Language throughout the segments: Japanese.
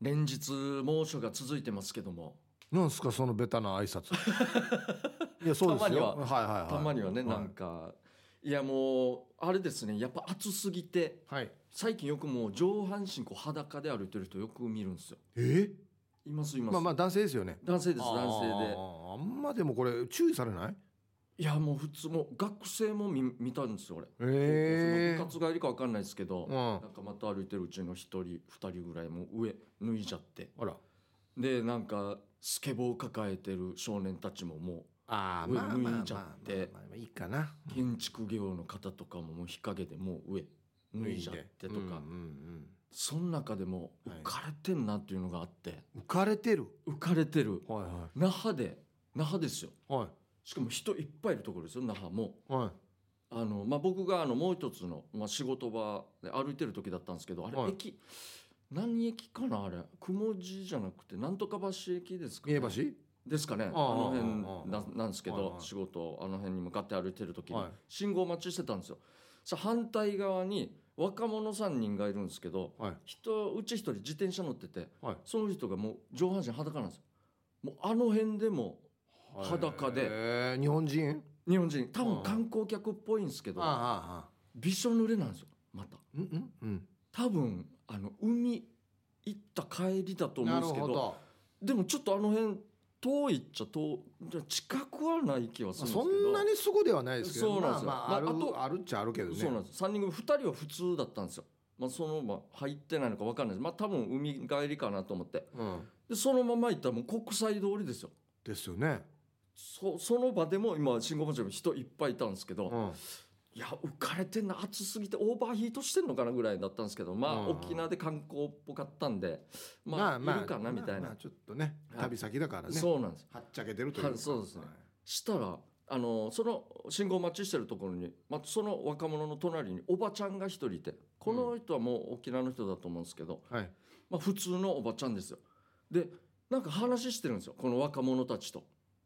連日猛暑が続いてますけどもなんすかそのベタな挨 拶いやそうですよたまにはいはいはいたまにはね、いなんかいやもうあれですねやっぱ暑すぎてはい最近よくもう上半身こう裸で歩いてる人よく見るんですよえいますいます、まあまあ男性ですよね男性ですあー男性であんまでもこれ注意されないいやもう普通もう学生も見見たんですよ俺えその部活帰りか分かんないですけど、うんあなんかまた歩いてるうちの1人2人ぐらいもう上脱いじゃってらでなんかスケボーを抱えてる少年たちももあー上まあまあまあま脱あいじゃってまあまあいいかなう建築業の方とかももう日陰でもう上脱いじゃってとか、うんうんその中でもはい浮かれてんなっていうのがあって、うん浮かれてる浮かれてるはいは那覇で那覇ですよいはしかも人いっぱいいるところですよ那覇もいはいあの、まあ、僕があのもう一つの、まあ、仕事場で歩いてる時だったんですけどあれ、はい駅何駅かなあれ雲寺じゃなくてなんとか橋駅ですか、三ね、重橋ですかねあああのあ辺ああななんですけど、はいはい仕事あの辺に向かって歩いてる時にはい信号待ちしてたんですよさ反対側に若者3人がいるんですけどはい人うち一人自転車乗ってて、はいその人がもう上半身裸なんですよもうあの辺でも裸でえー日本人日本人多う分ん観光客っぽいんですけどあびしょ濡れなんですよまたあうんうん多分あの海行った帰りだとうん思うなんでるすけどほどでもちょっとあの辺遠いっちゃ遠い近くはない気はするんですそけどんなにすごではないですけどそうなんですよまあまああるまああとあるっちゃあるけどねそうなんです3人組2人は普通だったんですよ、まあ、そのまま入ってないのか分かんないですまあ多分海帰りかなと思ってうんでそのまま行ったらもう国際通りですよですよねそその場でも今信号待ちも人いっぱいいたんですけど、うんいや浮かれてんな暑すぎてオーバーヒートしてんのかなぐらいだったんですけどまあ、うん沖縄で観光っぽかったんでまあ、いるかなみたいな、まあまあちょっとねはい旅先だからねそうなんですはっちゃけてるというはかそうですねはいしたらあのその信号待ちしてるところに、まあ、その若者の隣におばちゃんが一人いてこの人はもう沖縄の人だと思うんですけど、はいまあ、普通のおばちゃんですよでなんか話してるんですよこの若者たちと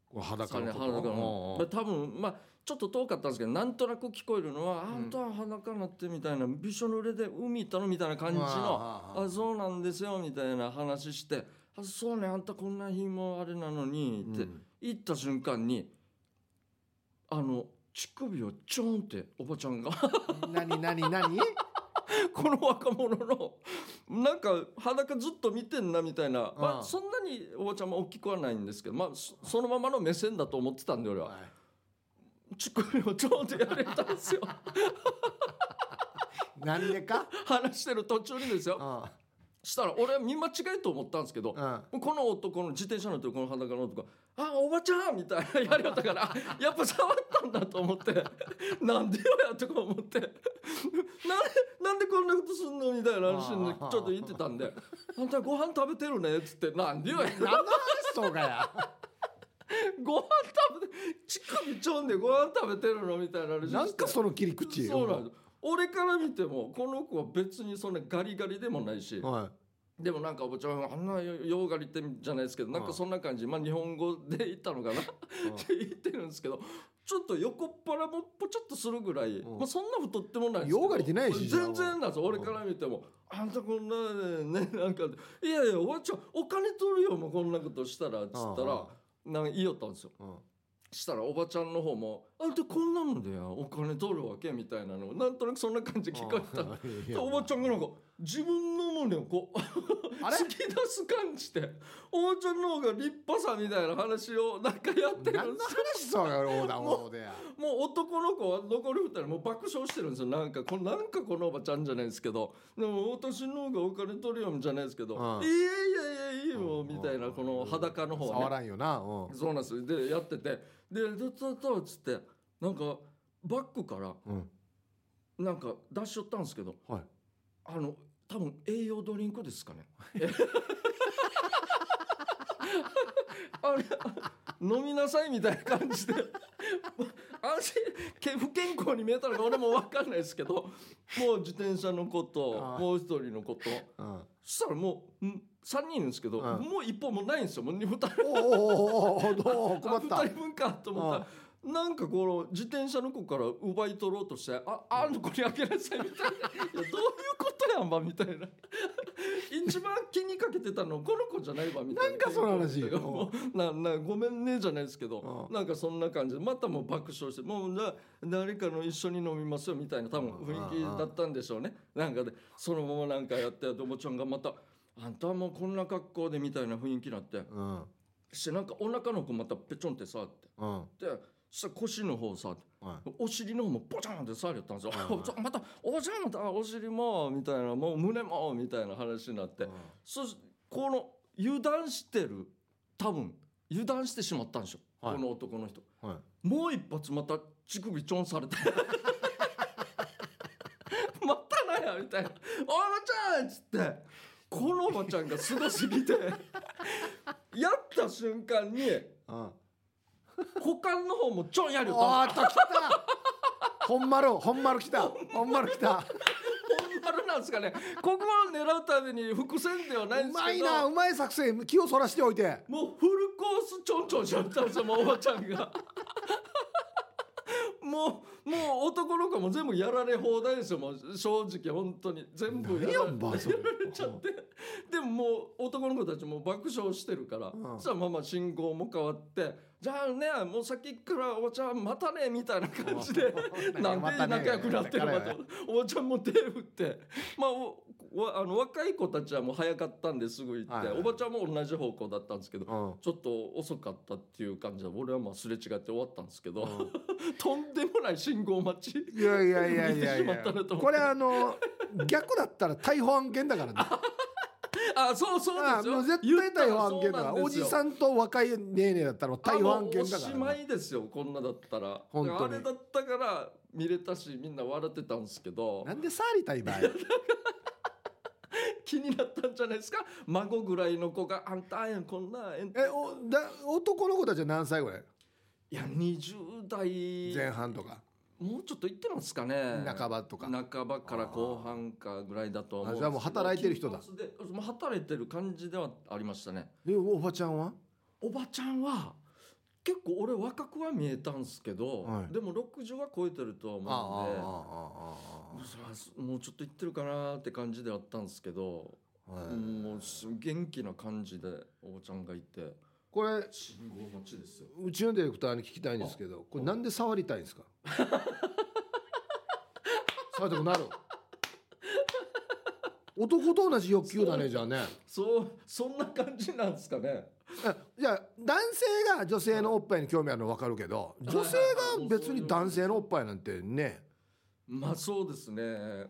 こう裸のこと裸のうんうんで多分まあちょっと遠かったんですけどなんとなく聞こえるのは「んあんたは裸になって」みたいな「びしょ濡れで海行ったの?」みたいな感じあの「あああそうなんですよ」みたいな話して「あそうねあんたこんな日もあれなのに」ってうん行った瞬間にあの乳首をちょんっておばちゃんが何何何 この若者のなんか裸ずっと見てんなみたいなまうあんそんなにおばちゃんも大きくはないんですけどまあそそのままの目線だと思ってたんで俺はは乳首をちょんってやられたんですよ いなんでか話してる途中にですよあしたら俺は見間違えと思ったんですけどあこの男の自転車の男この裸の男が「あおばちゃん!」みたいな やりよったからやっぱ触ったんだと思って なんでよやとか思って なんでなんでこんなことすんのみたいな話にちょっと言ってたんで「あんたご飯食べてるね」っつって「なんでよや 何の話そうかやご飯食べて乳首ちょんでご飯食べてるの?」みたいな話してなんかその切り口そうなんです俺から見てもこの子は別にそんなガリガリでもないしはでもなんかおばちゃんはあんな洋狩りってじゃないですけどなんかそんな感じまあ日本語で言ったのかなっていうん言ってるんですけど ちょっと横っ腹もぽちょっとするぐらいうんまあそんな太ってもないんですけど洋狩りってないし全然なんですうん俺から見てもあんたこんなねなんかいやいやおばちゃんお金取るよもうこんなことしたらっつったらなんか言いよったんですようんしたらおばちゃんの方も「あんたこんなのでやお金取るわけ」みたいなのをなんとなくそんな感じ聞かれたうんでおばちゃんがなんか自分の胸をこうあれ突き出す感じでおばちゃんの方が立派さみたいな話をなんかやってる何んのです話そうやろうだもうでやもう男の子は残り二人もう爆笑してるんですよなんかこのなんかこのおばちゃんじゃないですけどでも私の方がお金取るよじゃないですけど、うんいやいやいやいいよみたいなこの裸の方はね触らんよなうんそうなんですよでやっててで「どどど」っつってなんかバッグからうんなんか出しよったんですけどはいあの多分栄養ドリンクですかね。あれ飲みなさいみたいな感じで安心不健康に見えたのか俺も分かんないですけどもう自転車のことああもう一人のことうんそしたらもうん3人いるんですけど、うんもう一本もないんですよもう2人おおおおおどう困った2人分かと思ったらなんかこの自転車の子から奪い取ろう として「ああの子にあげなさい」みたいな「いやどういうことやんば」みたいな「一番気にかけてたのこの子じゃないわみたいななんかその話もう ななごめんねじゃないですけどうんなんかそんな感じでまたもう爆笑してもうな誰かの一緒に飲みますよみたいな多分雰囲気だったんでしょうねなんかでそのままなんかやっておもちゃんがまた「あんたはもうこんな格好で」みたいな雰囲気になってうんしてなんかお腹の子またぺちょんって触ってうんでそしたら腰の方触って。はお尻の方もポチャンって触れたんですよ。はいはいちょまたおじゃまたお尻もみたいなもう胸もみたいな話になっいて、そしこの油断してる多分油断してしまったんでしょ、はいこの男の人。うんはいもう一発また乳首ちょんされて またなやみたいな「おばちゃん!」っつってこのおばちゃんがすごすぎてやった瞬間にうん股間の方もちょんやるよおーっと来た本丸本丸来た本丸来たあるなんですかね。ここを狙うために伏線ではないんうですまけいど。なうまい作戦気をそらしておいてもうフルコースちょんちょんしちゃったんですよ、もうおばちゃんが。もう、もう男の子も全部やられ放題ですよ、もう正直、本当に。全部何ややられんばいそやれられちゃって。でももう男の子たちも爆笑してるから、うんそしたらまあまあ信号も変わって、じゃあね、もう先からおばちゃんまたね、みたいな感じで。なんで仲良くなってるのかと、おばちゃんも手振って、まあ、おわあの若い子たちはもう早かったんですぐ行って、はいはいおばちゃんも同じ方向だったんですけど、うんうんちょっと遅かったっていう感じで俺はまあすれ違って終わったんですけど、 とんでもない信号待ちいやいやいやいやい見てしまやったなと思ってこれあの逆だったら逮捕案件だからねあそうそうであすよもう絶対逮捕案言件っただかそらうなんおですよじさんと若いねーねーだったら逮捕案件だあかもうらおしまねいですよこんなだったら本当にあれだったから見れたしみんな笑ってたんですけどなんでサーリた い場合気になったんじゃないですか孫ぐらいの子が「あんたやんこんなえんえおだ男の子たちは何歳ぐらいいや20代前半とかもうちょっと行ってますかね半ばとか半ばから後半かぐらいだとは思うんですけどあじゃあもう働いてる人だ金髪でもう働いてる感じではありましたねでおばちゃんはおばちゃんは結構俺若くは見えたんですけど、はいでも60は超えてるとはああ思うんであああああそりゃそもうちょっと行ってるかなって感じではあったんですけど、はいもうす元気な感じでおばちゃんがいてこれ信号待ちですようちのディレクターに聞きたいんですけどこれなんで触りたいんですか 触りたくなる男と同じ欲求だねじゃあねそうそんな感じなんですかねえじゃあ男性が女性のおっぱいに興味あるの分かるけど女性が別に男性のおっぱいなんて ねまあそうですね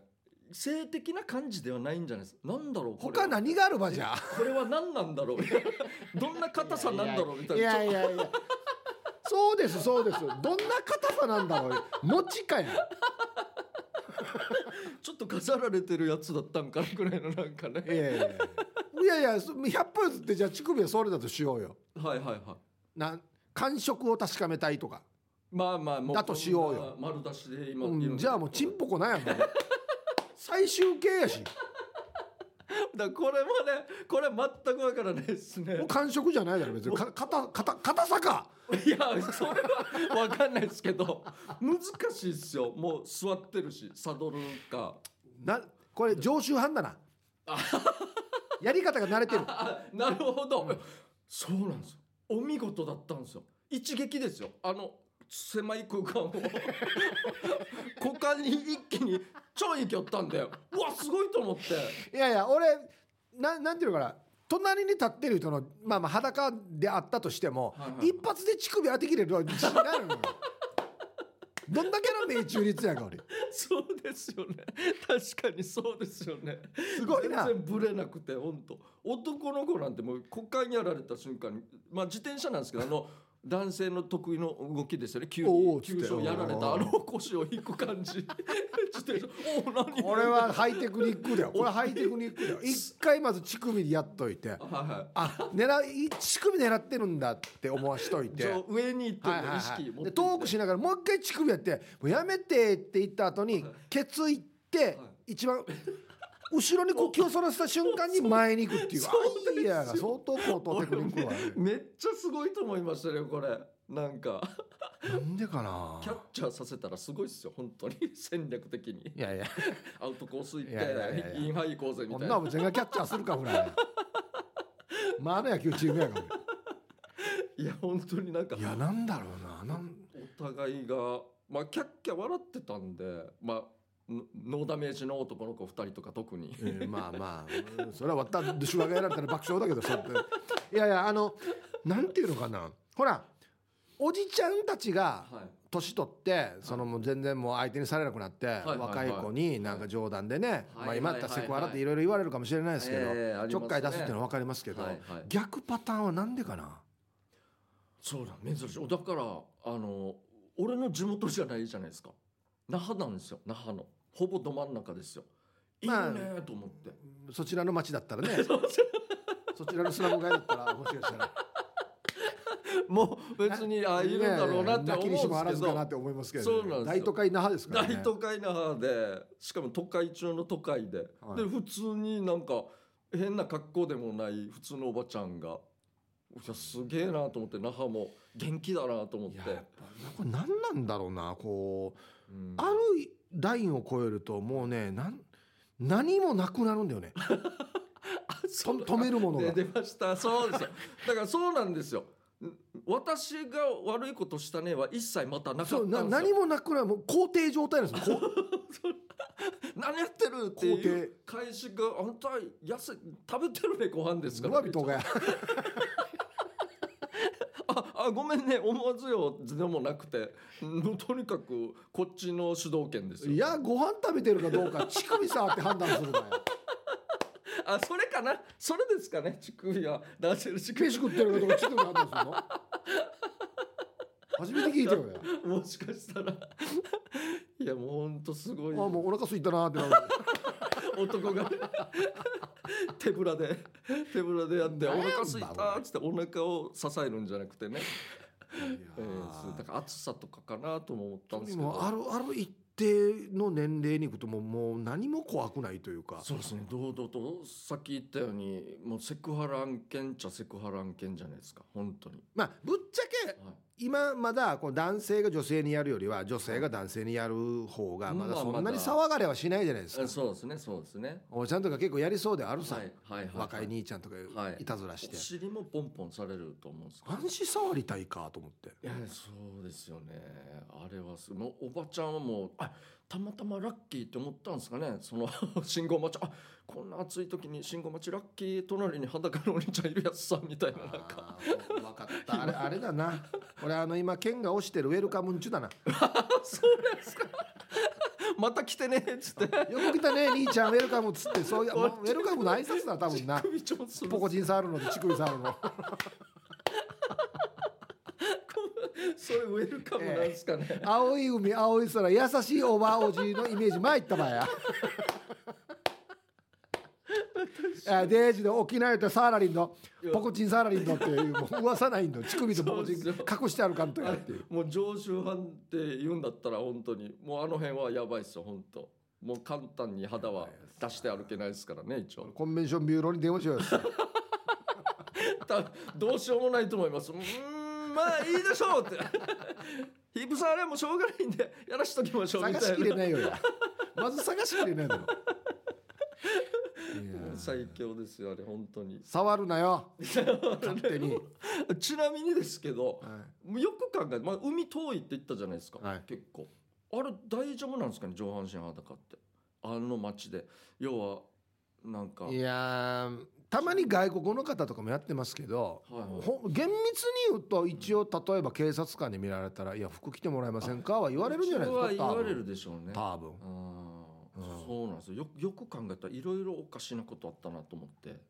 性的な感じではないんじゃないですかなんだろうこれ他何があるばじゃこれは何なんだろう どんな硬さなんだろうみたいいなやいやいやそうですそうですどんな硬さなんだろう餅かやちょっと飾られてるやつだったんかなぐらいのなんかね いやいやいやいやいやそ100歩譲ってじゃあ乳首はそれだとしようよはいはいはいなん感触を確かめたいとか、まあまあもうだとしようよこんな丸出しで今、うん、じゃあもうチンポコなんやもん最終形やしだからこれもねこれ全くわからないですねもう感触じゃないだろ別にか硬硬硬さか いやそれはわかんないですけど難しいっすよもう座ってるしサドルかなこれ常習犯だなやり方が慣れてるあなるほど、そうなんですよお見事だったんですよ一撃ですよあの狭い空間を 股間に一気にちょいきよったんでうわすごいと思っていやいや俺ななんていうのかな隣に立ってる人のまあまあ裸であったとしても、はいはい一発で乳首当てきれる自信ないのよどんだけの命中率やんか俺そうですよね確かにそうですよねすごいな全然ブレなくて本当男の子なんてもう股間やられた瞬間にまあ自転車なんですけどあの男性の得意の動きですよね急おうおうにつって急所やられおうおたうあの腰を引く感 じ自転車おお何俺はハイテクニックだよ俺はハイテクニックだよ一回まず乳首でやっといてはいはいあ狙い乳首狙ってるんだって思わしといて。上上に行ってはいはいるは意い識持っでてトークしながらもう一回乳首やって「もうやめて」って言った後にケツ行って一番後ろに呼吸をそらした瞬間に前に行くっていうそアイデアが相当高等テクニックはあるめっちゃすごいと思いましたねこれなんか なんでかなキャッチャーさせたらすごいっすよ本当に 戦略的にいやいやアウトコース行っいやいやいやいてやインハイ行こうぜみたい女なは全がキャッチャーするかぐらいまああの野球チームやからいや本当になんかいやなんだろうななんお互いがまあキャッキャ笑ってたんでまあノノーダメージの男の子2人とか特にえー まあまあうんそれは終わったで手話がやられたら爆笑だけどそうやっていやいやあのなんていうのかなほらおじちゃんたちがはい年取ってそのもう全然もう相手にされなくなって、いはい若い子になんか冗談でね、はいまあ、今だったらセクハラっていろいろ言われるかもしれないですけど、ええありますねちょっかい出すっていうのは分かりますけど、はいはい逆パターンはなんでかなそうだ珍しいだからあの俺の地元じゃないじゃないですか那覇なんですよ那覇のほぼど真ん中ですよいいねまあーと思って、そちらの町だった らねそちらのスラム街だったらもしかしたらもう別に あいるんだろうなってね思うんです泣きにしもあらけずかなどって思いますけどね、そうなんですよ大都会那覇ですからね大都会那覇でしかも都会中の都会で、はいで普通になんか変な格好でもない普通のおばちゃんがいやすげえなと思って那覇も元気だなと思っいてや、やっぱこれ何なんだろうなこううんあるラインを超えるともうねなん何もなくなるんだよね あとそう止めるものがで出ましたそうですよだからそうなんですよん私が悪いことしたねは一切またなかったそうんですなよ何もなくなるもう肯定状態な んですよこう何やってるってい肯う返しがあんた痩せ食べてるねご飯ですか村ら人がああごめんね思わずよでもなくてうんとにかくこっちの主導権ですよいやご飯食べてるかどうか乳首さって判断するなよあそれかなそれですかね乳首は男性の乳飯食ってるかどうか乳首で判断するの 初めて聞いたよね首もしかしたらいやもうほんとすごあいもうお腹空いたなってなる男が手ぶらで手ぶらでやって「おなんだ腹すいた」っつってお腹を支えるんじゃなくてね、 えーそうだいから暑さとかかなとも思ったんですやけどもうあるある一定の年齢にいくともうもう何も怖くないというかそうですね堂々とさっき言ったようにもうセクハラ案件っちゃセクハラ案件じゃないですか本当に、まあぶっちゃけはい今まだこう男性が女性にやるよりは女性が男性にやる方がまだそんなに騒がれはしないじゃないですかあ、そうですねそうですねおちゃんとか結構やりそうであるさ、はいはいはい若いに兄ちゃんとかはいいたずらして、お尻もポンポンされると思うんですけど安心触りたいかと思っていやそうですよねあれはすもうおばちゃんはもうあたまたまラッキーって思ったんですかねその 信号待ちあこんな暑い時に信号待ちラッキー隣に裸のお兄ちゃんいるやつさんみたいななんかあーわかったあれあれだな俺あの今剣が落ちてるウェルカムンチュだなよまた来てねっつってく来たね兄ちゃんウェルカムっつってそういうもうこっウちェルカムの挨拶だ多分 な首ちょんするポコチン触るのと乳首触るのそれウェルカムなんですかね、青い海青い空優しいおばあおじのイメージ前行ったばやあデージの沖縄とサーラリンのポコチンサーラリンのっていうもう噂ないの乳首とポコチンそうですよ隠してあるかんとやっていうもう常習犯って言うんだったら本当にもうあの辺はやばいっすよ本当もう簡単に肌は出して歩けないですからね一応コンベンションビューローに電話しようよたどうしようもないと思いますうーんまあいいでしょうって ヒープさんあれはもうしょうがないんでやらしときましょうみ探たいしきれなないよやまず探しきれないだろいや最強ですよあれ本当に 触るなよ勝手に、はい、ちなみにですけどよく考えて、まあ、海遠いって言ったじゃないですか、はい結構あれ大丈夫なんですかね上半身裸ってあの街で要はなんかいやーたまに外国の方とかもやってますけど、はいはいほ厳密に言うと一応例えば警察官に見られたら「いや服着てもらえませんか?」は言われるんじゃないですかそれは多言わ分れるでしょうね多分あーうんそうなんですよよよく考えたらいろいろおかしなことあったなと思って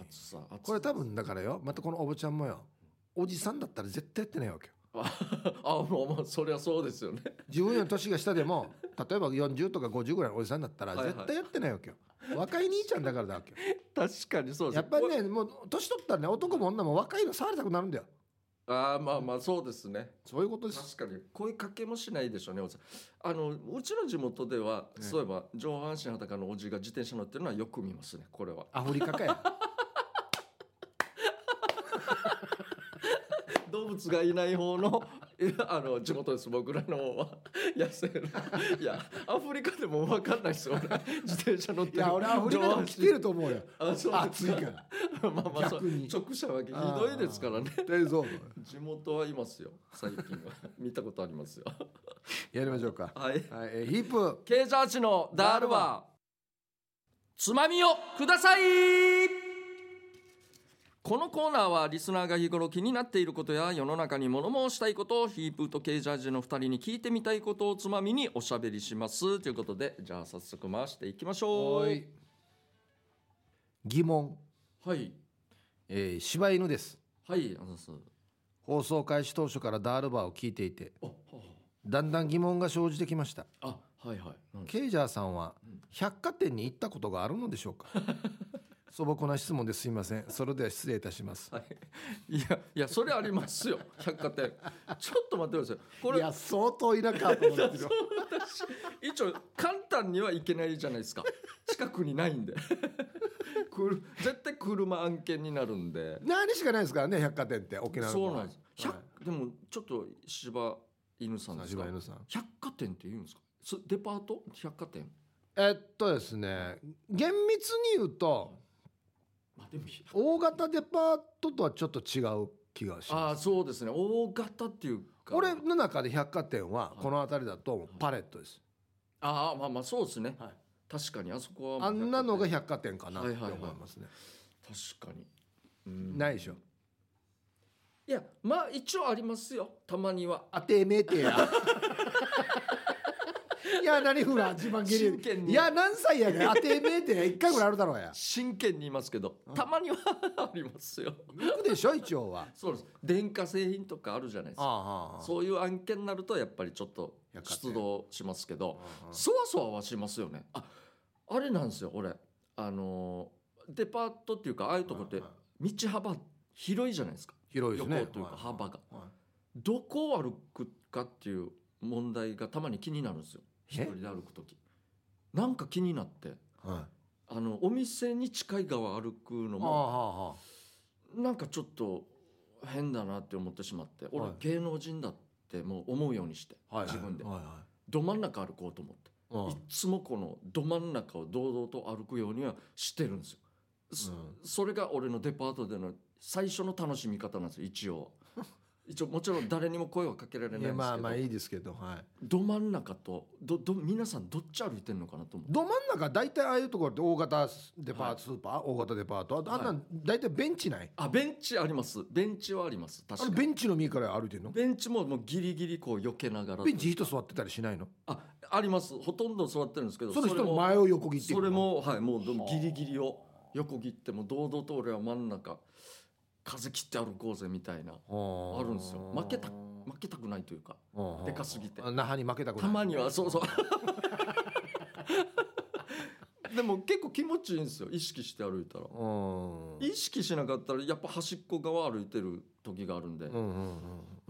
暑さ暑さこれ多分だからよまたこのおばちゃんもよおじさんだったら絶対やってないわけよ ああもうまあそりゃそうですよね 自分より年が下でも例えば40とか50ぐらいのおじさんだったらはいはい絶対やってないわけよ、若い兄ちゃんだからだわけよ確かにそうですやっぱりねもう年取ったらね男も女も若いの触りたくなるんだよああまあまあそうですねそういうことです確かに声かけもしないでしょうねおじさんあのうちの地元では、ねそういえば上半身裸のおじが自転車乗ってるのはよく見ますねこれは アフリカかや動物物がいない方の いやあの地元です僕らの方は 野生のいやアフリカでも分かんないです俺自転車乗っていや俺アフリカでも来てると思うよあそうです暑いかからまあまあそう逆に直射はひどいですからね大丈夫地元はいますよ最近は見たことありますよやりましょうかはいはい、えー、ヒップケージャーチのダールバーつまみをくださいこのコーナーはリスナーが日頃気になっていることや世の中に物申したいことをヒープーとケージャージの2人に聞いてみたいことをつまみにおしゃべりしますということでじゃあ早速回していきましょうはい疑問、はいえー、柴犬ですはいあざっす放送開始当初からダールバーを聞いていてあはだんだん疑問が生じてきましたああはいはいなんケイジャーさんは百貨店に行ったことがあるのでしょう か素朴な質問ですいませんそれでは失礼いたしますはい、いやいやそれありますよ百貨店ちょっと待ってくださいこれ相当田舎と思っ てるよ一応簡単にはいけないじゃないですか近くにないんでくる絶対車案件になるんで何しかないですからね百貨店って沖縄のそうなんです、はい百でもちょっと柴犬さんですか柴犬さん百貨店って言うんですかそデパート百貨店えっとですね厳密に言うとあでも大型デパートとはちょっと違う気がしあまーすそうですね大型っていうか俺の中で百貨店はこの辺りだとパレットです、ああまあまあそうですね、はい確かにあそこはあんなのが百貨百貨店かなって思いますね、店確かにうんないでしょいやまあ一応ありますよたまにはあてめえてや。 いや、何ふら、自慢げ真剣に。にいや、何歳やねん、あてめえてや、一回ぐらいあるだろうや。真剣に言いますけどうんたまにはありますよ行くでしょ、一応は。 そうです電化製品とかあるじゃないですかあそういう案件になるとやっぱりちょっと百貨店出動しますけどそわそわはしますよねああれなんですよ俺あのーデパートっていうかああいうとこって道幅広いじゃないですか広いですね。横というか幅がどこを歩くかっていう問題がたまに気になるんですよ一人で歩く時なんか気になってはい。はいあのお店に近い側歩くのああもはあはなんかちょっと変だなって思ってしまって俺、はい芸能人だってもう思うようにして、あはい自分ではいはど真ん中歩こうと思って、いはいいつもこのど真ん中を堂々と歩くようにはしてるんですよ、そうんそれが俺のデパートでの最初の楽しみ方なんですよ一 応一応もちろん誰にも声はかけられないうんん。いですや、けど、まあまあいいですけど、はい。ど真ん中とどど皆さんどっち歩いてるのかなと思ってど真ん中、大体ああいうところって大型デパート、スーパー、大型デパート、あとあんなん、大体ベンチない。あベンチありますベンチはあります確あかのにベンチの右から歩いてんのベンチももうギリギリこう避けながらとベンチ人座ってたりしないのあありますほとんど座ってるんですけどその人れのも前を横切っていそくのれもはいもうでもはあギリギリを横切ってもう堂々と俺は真ん中風切って歩こうぜみたいなああるんですよ負けた負けたくないというかでかすぎてあ那覇に負けたくないたまにはそう そうでも結構気持ちいいんですよ意識して歩いたらうん意識しなかったらやっぱ端っこ側歩いてる時があるんで、うんうん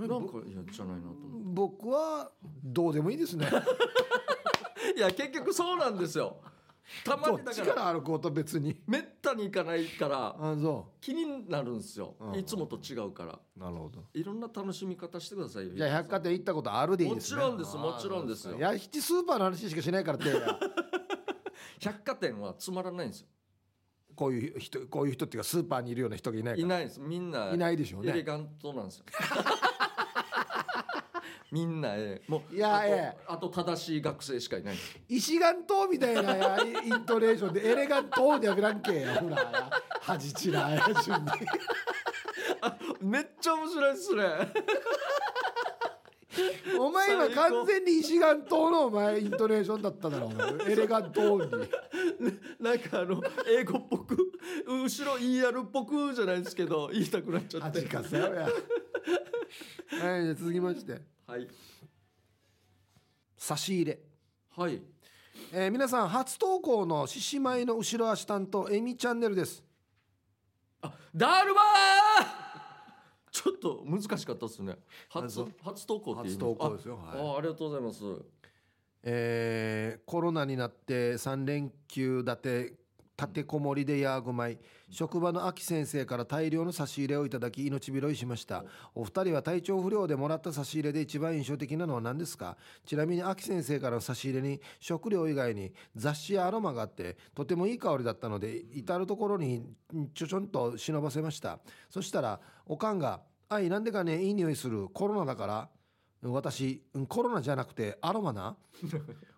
うなんんかぼいやじゃないなと思っ僕はどうでもいいです ねて いや結局そうなんですよ たまどにっだちかからら歩こうと別にめったに行かないからあそ気になるんですよ、うんいつもと違うからうなるほどいろんな楽しみ方してくださいよじゃあ百貨店行ったことあるでいいですもねちろんですもちろんですよあーそうかいや七スーパーの話しかしないからって百貨店はつまらないんですよこういう人こういう人っていうかスーパーにいるような人がいないいかないですみんならいないでしょうエレねガントなんですよ みんなええもういやあえとあと正しい学生しかいない石岩島みたいなやイントネーションでエ レガントでやめらんけやほらや恥ちらや順に めっちゃ面白いっすね お前今最高完全に石岩島のお前イントネーションだっただろうエレガントーンになんかあの英語っぽく後ろ ER っぽくじゃないですけど言いたくなっちゃっ恥てかせろやはいじゃあ続きましてはい差し入れ、はいえー皆さん初投稿の獅子舞の後ろ足担当エミチャンネルですあダルバーちょっと難しかったですねあ初そう初投稿って言います初投稿ですよあ,、はいあありがとうございますえーコロナになって3連休だて立てこもりでヤーグマイ職場の秋先生から大量の差し入れをいただき命拾いしましたお二人は体調不良でもらった差し入れで一番印象的なのは何ですかちなみに秋先生からの差し入れに食料以外に雑誌やアロマがあってとてもいい香りだったので至る所にちょちょんと忍ばせましたそしたらおかんが「あいなんでかねいい匂いするコロナだから」私うんコロナじゃなくてアロマな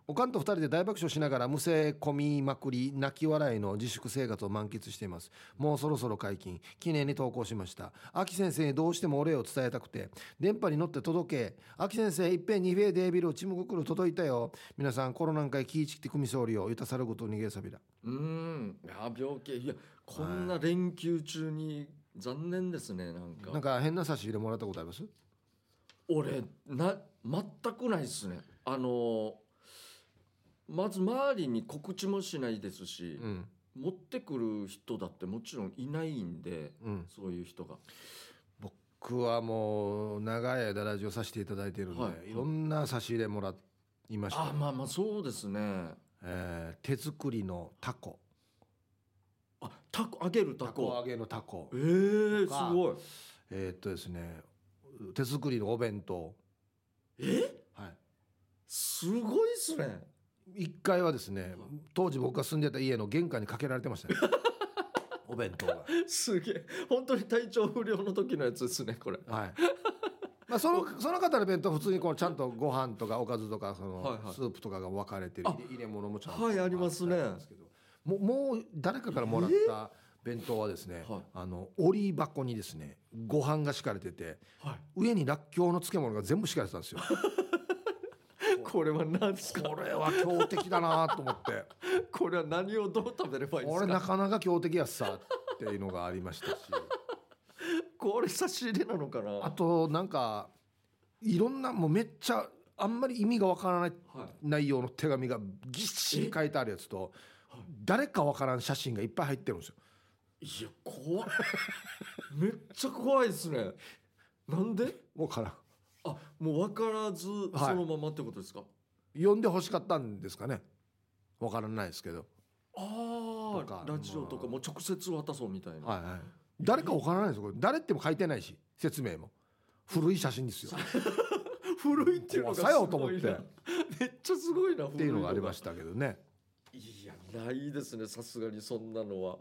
おかんと二人で大爆笑しながらむせ込みまくり泣き笑いの自粛生活を満喫していますもうそろそろ解禁記念に投稿しました秋先生にどうしてもお礼を伝えたくて電波に乗って届け秋先生いっぺんにフェーデービルちむぐくる届いたよ皆さんコロナんかい気ぃちきてくみそうりよゆたさること逃げさびらうーんいや病気いやこんな連休中に残念ですねなんかなんか変な差し入れもらったことあります俺な全くないですねあのまず周りに告知もしないですし、うん持ってくる人だってもちろんいないんでうんそういう人が僕はもう長い間ラジオさせていただいているので、はいい、ろんな差し入れもらいましたあまあまあそうですねえー手作りのタコあタコ揚げるタタコ揚コげのタコえー、とかすごいえーっとですね手作りのお弁当えはいすごいっすね一階はですね当時僕が住んでた家の玄関にかけられて ましたねお弁当がすげえ本当に体調不良の時のやつですねこれ はいまあそのその方の弁当は普通にこうちゃんとご飯とかおかずとかそはいのはいスープとかが分かれてるあ入れ入れ物もちゃんとはいありますねったんですけどもうもう誰かからもらった弁当はですね、はいあの折り箱にですねご飯が敷かれてては上にらっきょうの漬物が全部敷かれてたんですよい これは何ですかこれは強敵だなと思 ってこれは何をどう食べればいいんで俺すなかかなか強敵やっさっていうのがありましたしこれ差し入れなのかな あとなんかいろんなもうめっちゃあんまり意味がわからないはい内容の手紙がぎっしり書いてあるやつと誰かわからん写真がいっぱい入ってるんですよ。いや怖いめっちゃ怖いですねなんでわからんあもう分からずそはいのままってことですか、読んで欲しかったんですかねわからないですけど、あとかあラジオとかもう直接渡そうみたいな、はいはい、誰かわからないですよこれ誰っても書いてないし説明も古い写真ですよっ古いっていうのがすごいな怖さよと思ってめっちゃすごいなっていうのがありましたけどね。たいやないですねさすがにそんなのは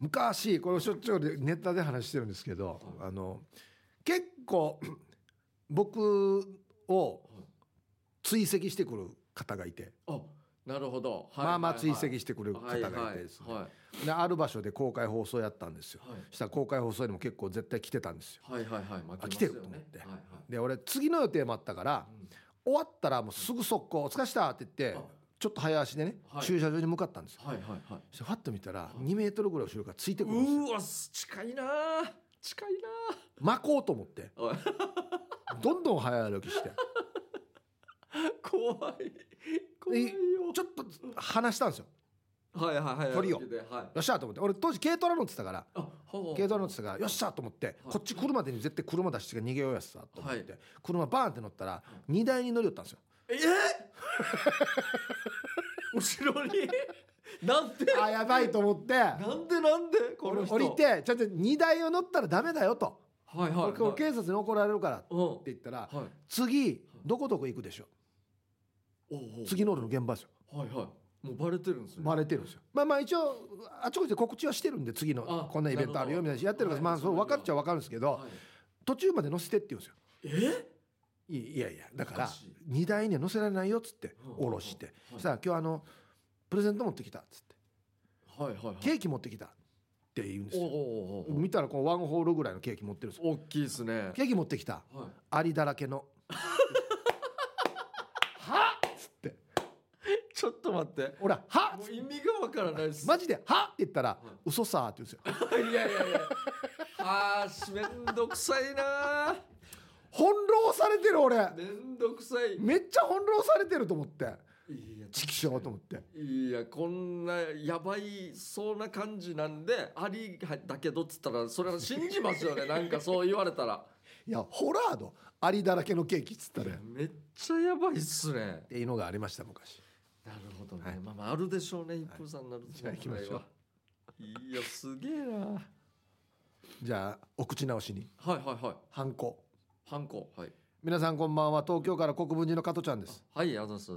昔これしょっちゅうでネタで話してるんですけど、あの結構僕を追跡してくる方がいて、あなるほど、はいまあまあはい追はい跡してくる方がいてですね、はいはいである場所で公開放送やったんですよしたら公開放送にも結構絶対来てたんですよはいはいはいはいまああ来来ててるるとと思思っってて、はいはいで俺次の予定もあったから終わったらもうすぐ速攻「お疲れした」って言ってあちょっと早足でね、はい駐車場に向かったんですよはいはいはいそしてファッと見たら2メートルぐらい後ろからついてくるんですようーわす近いなー近い巻こうと思ってなーおいどんどん早歩きして怖い怖いよちょっと離したんですよ。はいはいはい距離をはいよっしゃと思って俺当時軽トラ乗ってたからあほう軽トラ乗ってたからよっしゃと思ってこっち来るまでに絶対車出して逃げようやつさと思って車バーンって乗ったら荷台に乗り寄ったんですよ。 えー後ろになんであやばいと思ってなんでなんでこの人降りてちゃんと荷台を乗ったらダメだよとはいはい、はい、これ警察に怒られるからってうんは言ったらい次どこどこ行くでしょおうおう次の俺の現場ですよはいはいもうバレてるんですねバレてるんですよまあまあ一応あちこちで告知はしてるんで次のあこんなイベントあるよみたいなやってるからまあそう分かっちゃ分かるんですけどはい途中まで乗せてって言うんですよ。えいいやいやだかおらかしい荷台には乗せられないよっつってうん下ろしてうんさあ今日あのプレゼント持ってきたっつってはいはいはいケーキ持ってきたって言うんですおうよおうおう見たらこうワンホールぐらいのケーキ持ってるんですよ大きいですねケーキ持ってきたはアリだらけのはっつっていちょっと待って俺ははっもう意味がわからないですマジではっって言ったら嘘さーって言う んですよいやいやいや。ああ、しめんどくさいな。翻弄されてる俺めんどくさい。めっちゃ翻弄されてると思っていや、チキショーと思っていや、こんなやばいそうな感じなんで、ありだけどっつったら、それは信じますよね。なんかそう言われたら。いやホラードアリだらけのケーキっつったねめっちゃやばいっすねっ。ていうのがありました昔。なるほどね。まあまあ、あるでしょうね。一風さんになると。じゃあ行きましょうこれはいやすげえなはいじゃあお口直しにはいはいハンコハンコはい皆さんこんばんは東京から国分寺の加トちゃんですはいあざっす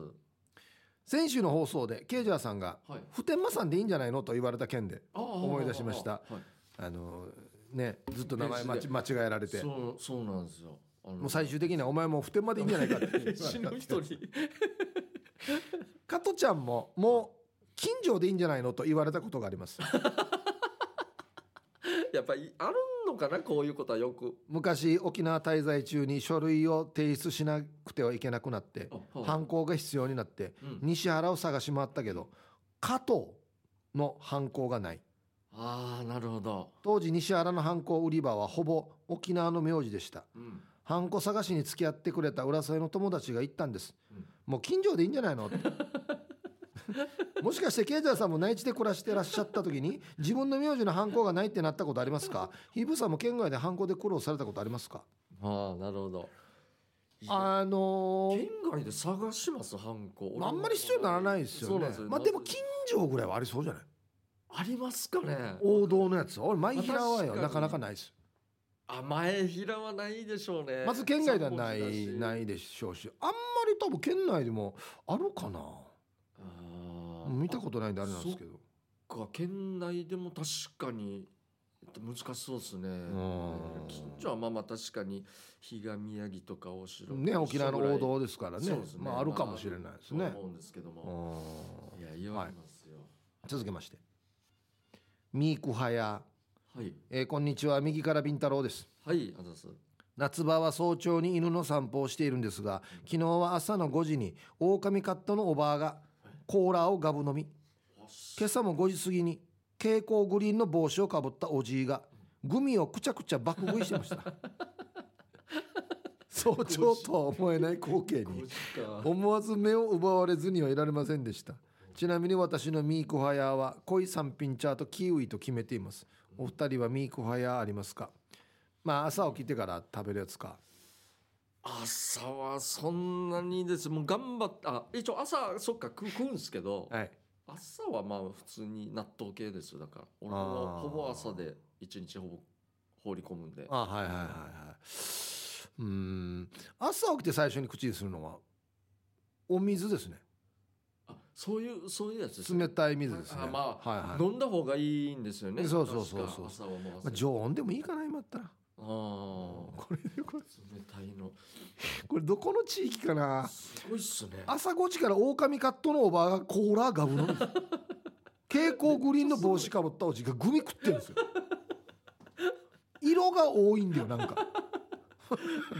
先週の放送でケイジャーさんがはい「普天間さんでいいんじゃないの?」と言われた件でああ思い出しましたはいあのねずっと名前間電違子間違えられてそうそうなんですよあのもう最終的には「お前もう普天間でいいんじゃないか」っ て 死ぬ人に加トちゃんももう近所でいいんじゃないのと言われたことがありますやっぱりあるのかなこういうことはよく昔沖縄滞在中に書類を提出しなくてはいけなくなってあはい犯行が必要になってうん西原を探し回ったけど加藤の犯行がないああなるほど当時西原の犯行売り場はほぼ沖縄の名字でしたうんハンコ探しに付き合ってくれた浦添の友達が言ったんです。うんもう近所でいいんじゃないのって。 もしかしてケイジャーさんも内地で暮らしてらっしゃった時に自分の名字のハンコがないってなったことありますかヒブさんも県外でハンコで苦労されたことありますかああなるほどいやあのー県外で探しますハンコ俺もあんまり必要にならないですそようなねんですよまあでも近所ぐらいはありそうじゃないありますかね王道のやつ俺前平は確よかになかなかないですあ前平はないでしょうねまず県外ではない三文字だしないでしょうしあんまり多分県内でもあるかなあー見たことないんであれなんですけどそっか県内でも確かにえっと難しそうですねん近所はまあまあ確かに比嘉宮城とか大城ね、沖縄の王道ですからねそうですねまあ、あるかもしれないですそうね。思うんですけどうもんいや言われますよ続けましてミークハヤ、はいえーこんにちは右からビンタロウですはいあざっす夏場は早朝に犬の散歩をしているんですが昨日は朝の5時に狼カットのおばあがコーラをガブ飲み今朝も5時過ぎに蛍光グリーンの帽子をかぶったおじいがグミをくちゃくちゃ爆食いしてま した早朝とは思えない光景に5思わず目を奪われずにはいられませんでしたちなみに私のミーコハヤは濃い三品茶とキウイと決めていますお二人はミーコハヤありますかまあ朝起きてから食べるやつか朝はそんなにですもう頑張ったあ一応朝そっか食う食うんですけどはい朝はまあ普通に納豆系ですよだから俺あもーほぼ朝で一日ほぼ放り込むんであはいはいはいはいうーん朝起きて最初に口にするのはお水ですねあそういうそういうやつですね冷たい水ですねあまあ、はいはい飲んだ方がいいんですよねそうそうそうそう確か朝はもうまあ朝常温でもいいかな今やったらあーこれでこれ冷たいのこれどこの地域かなすごいっすね朝5時から狼カットのおばあがコーラガブ 飲む蛍光グリーンの帽子かぶったおじがグミ食ってるんですよ色が多いんだよなんか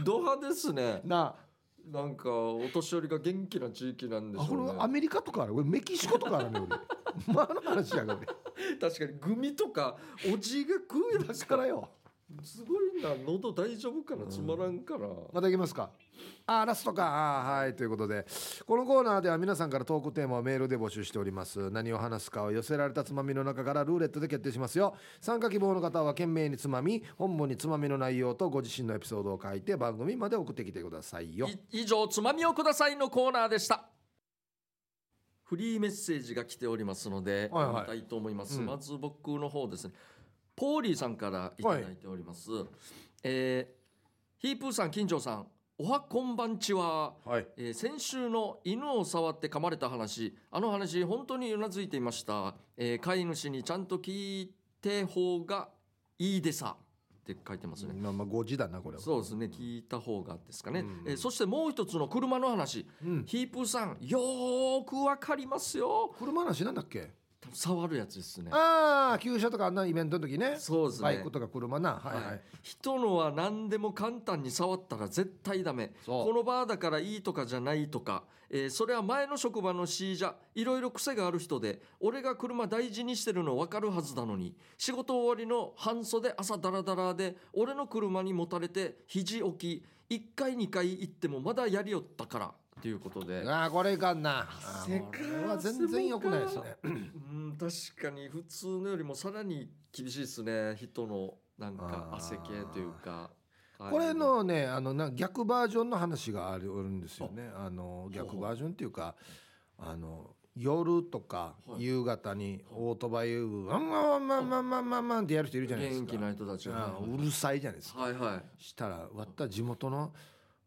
ド派ですねななんかお年寄りが元気な地域なんでああしょこうねれアメリカとかあるこれメキシコとかあるね俺 まあの話や が俺確かにグミとかおじいが食うやだつからよすごいな喉大丈夫かなつまらんから、また行きますかあーラストかあーはいということでこのコーナーでは皆さんからトークテーマをメールで募集しております何を話すかを寄せられたつまみの中からルーレットで決定しますよ参加希望の方は懸命につまみ本文につまみの内容とご自身のエピソードを書いて番組まで送ってきてくださいよい以上「つまみをください」のコーナーでしたフリーメッセージが来ておりますので、はいはい読みたいと思います、うんまず僕の方ですねポーリーさんからいただいております、えーヒープーさん金城さんおはこんばんちははいえー先週の犬を触って噛まれた話あの話本当にうなずいていました、えー飼い主にちゃんと聞いて方がいいでさって書いてますね、まあまあ5時だなこれはそうですね聞いた方がですかね、うんえーそしてもう一つの車の話、うんヒープーさんよーくわかりますよ車の話なんだっけ触るやつですねああ旧車とかあんなイベントの時ねそうですねバイクとか車なはいはい、はい人のは何でも簡単に触ったら絶対ダメそうこのバーだからいいとかじゃないとか、えーそれは前の職場の C じゃいろいろ癖がある人で俺が車大事にしてるの分かるはずなのに仕事終わりの半袖朝ダラダラで俺の車にもたれて肘置き1回2回行ってもまだやりよったからということで。ああこれいかんなあーこれは全然良くないですねうん確かに普通のよりもさらに厳しいですね人のなんか汗系というかこれのねあのな逆バージョンの話があるんですよねあの逆バージョンっていうかあの夜とかはい夕方にオートバイを「あんまんまんまんまんまんまん」ってやる人いるじゃないです元か気な人たちがああうるさいじゃないですかはいはいしたら割った地元の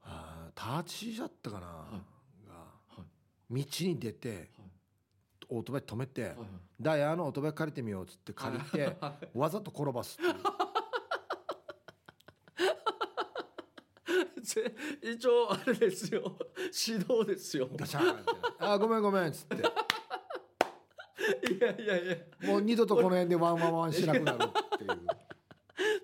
ああターチだったかな、がは道に出てはオートバイ止めて、いはいダイヤのオートバイ借りてみようっつって借り てわざと転ばすっていうぜ一応あれですよ 指導ですよガシャーンって「ああごめんごめん」っつっていやいやいやもう二度とこの辺でワンワンワンしなくなるっていう。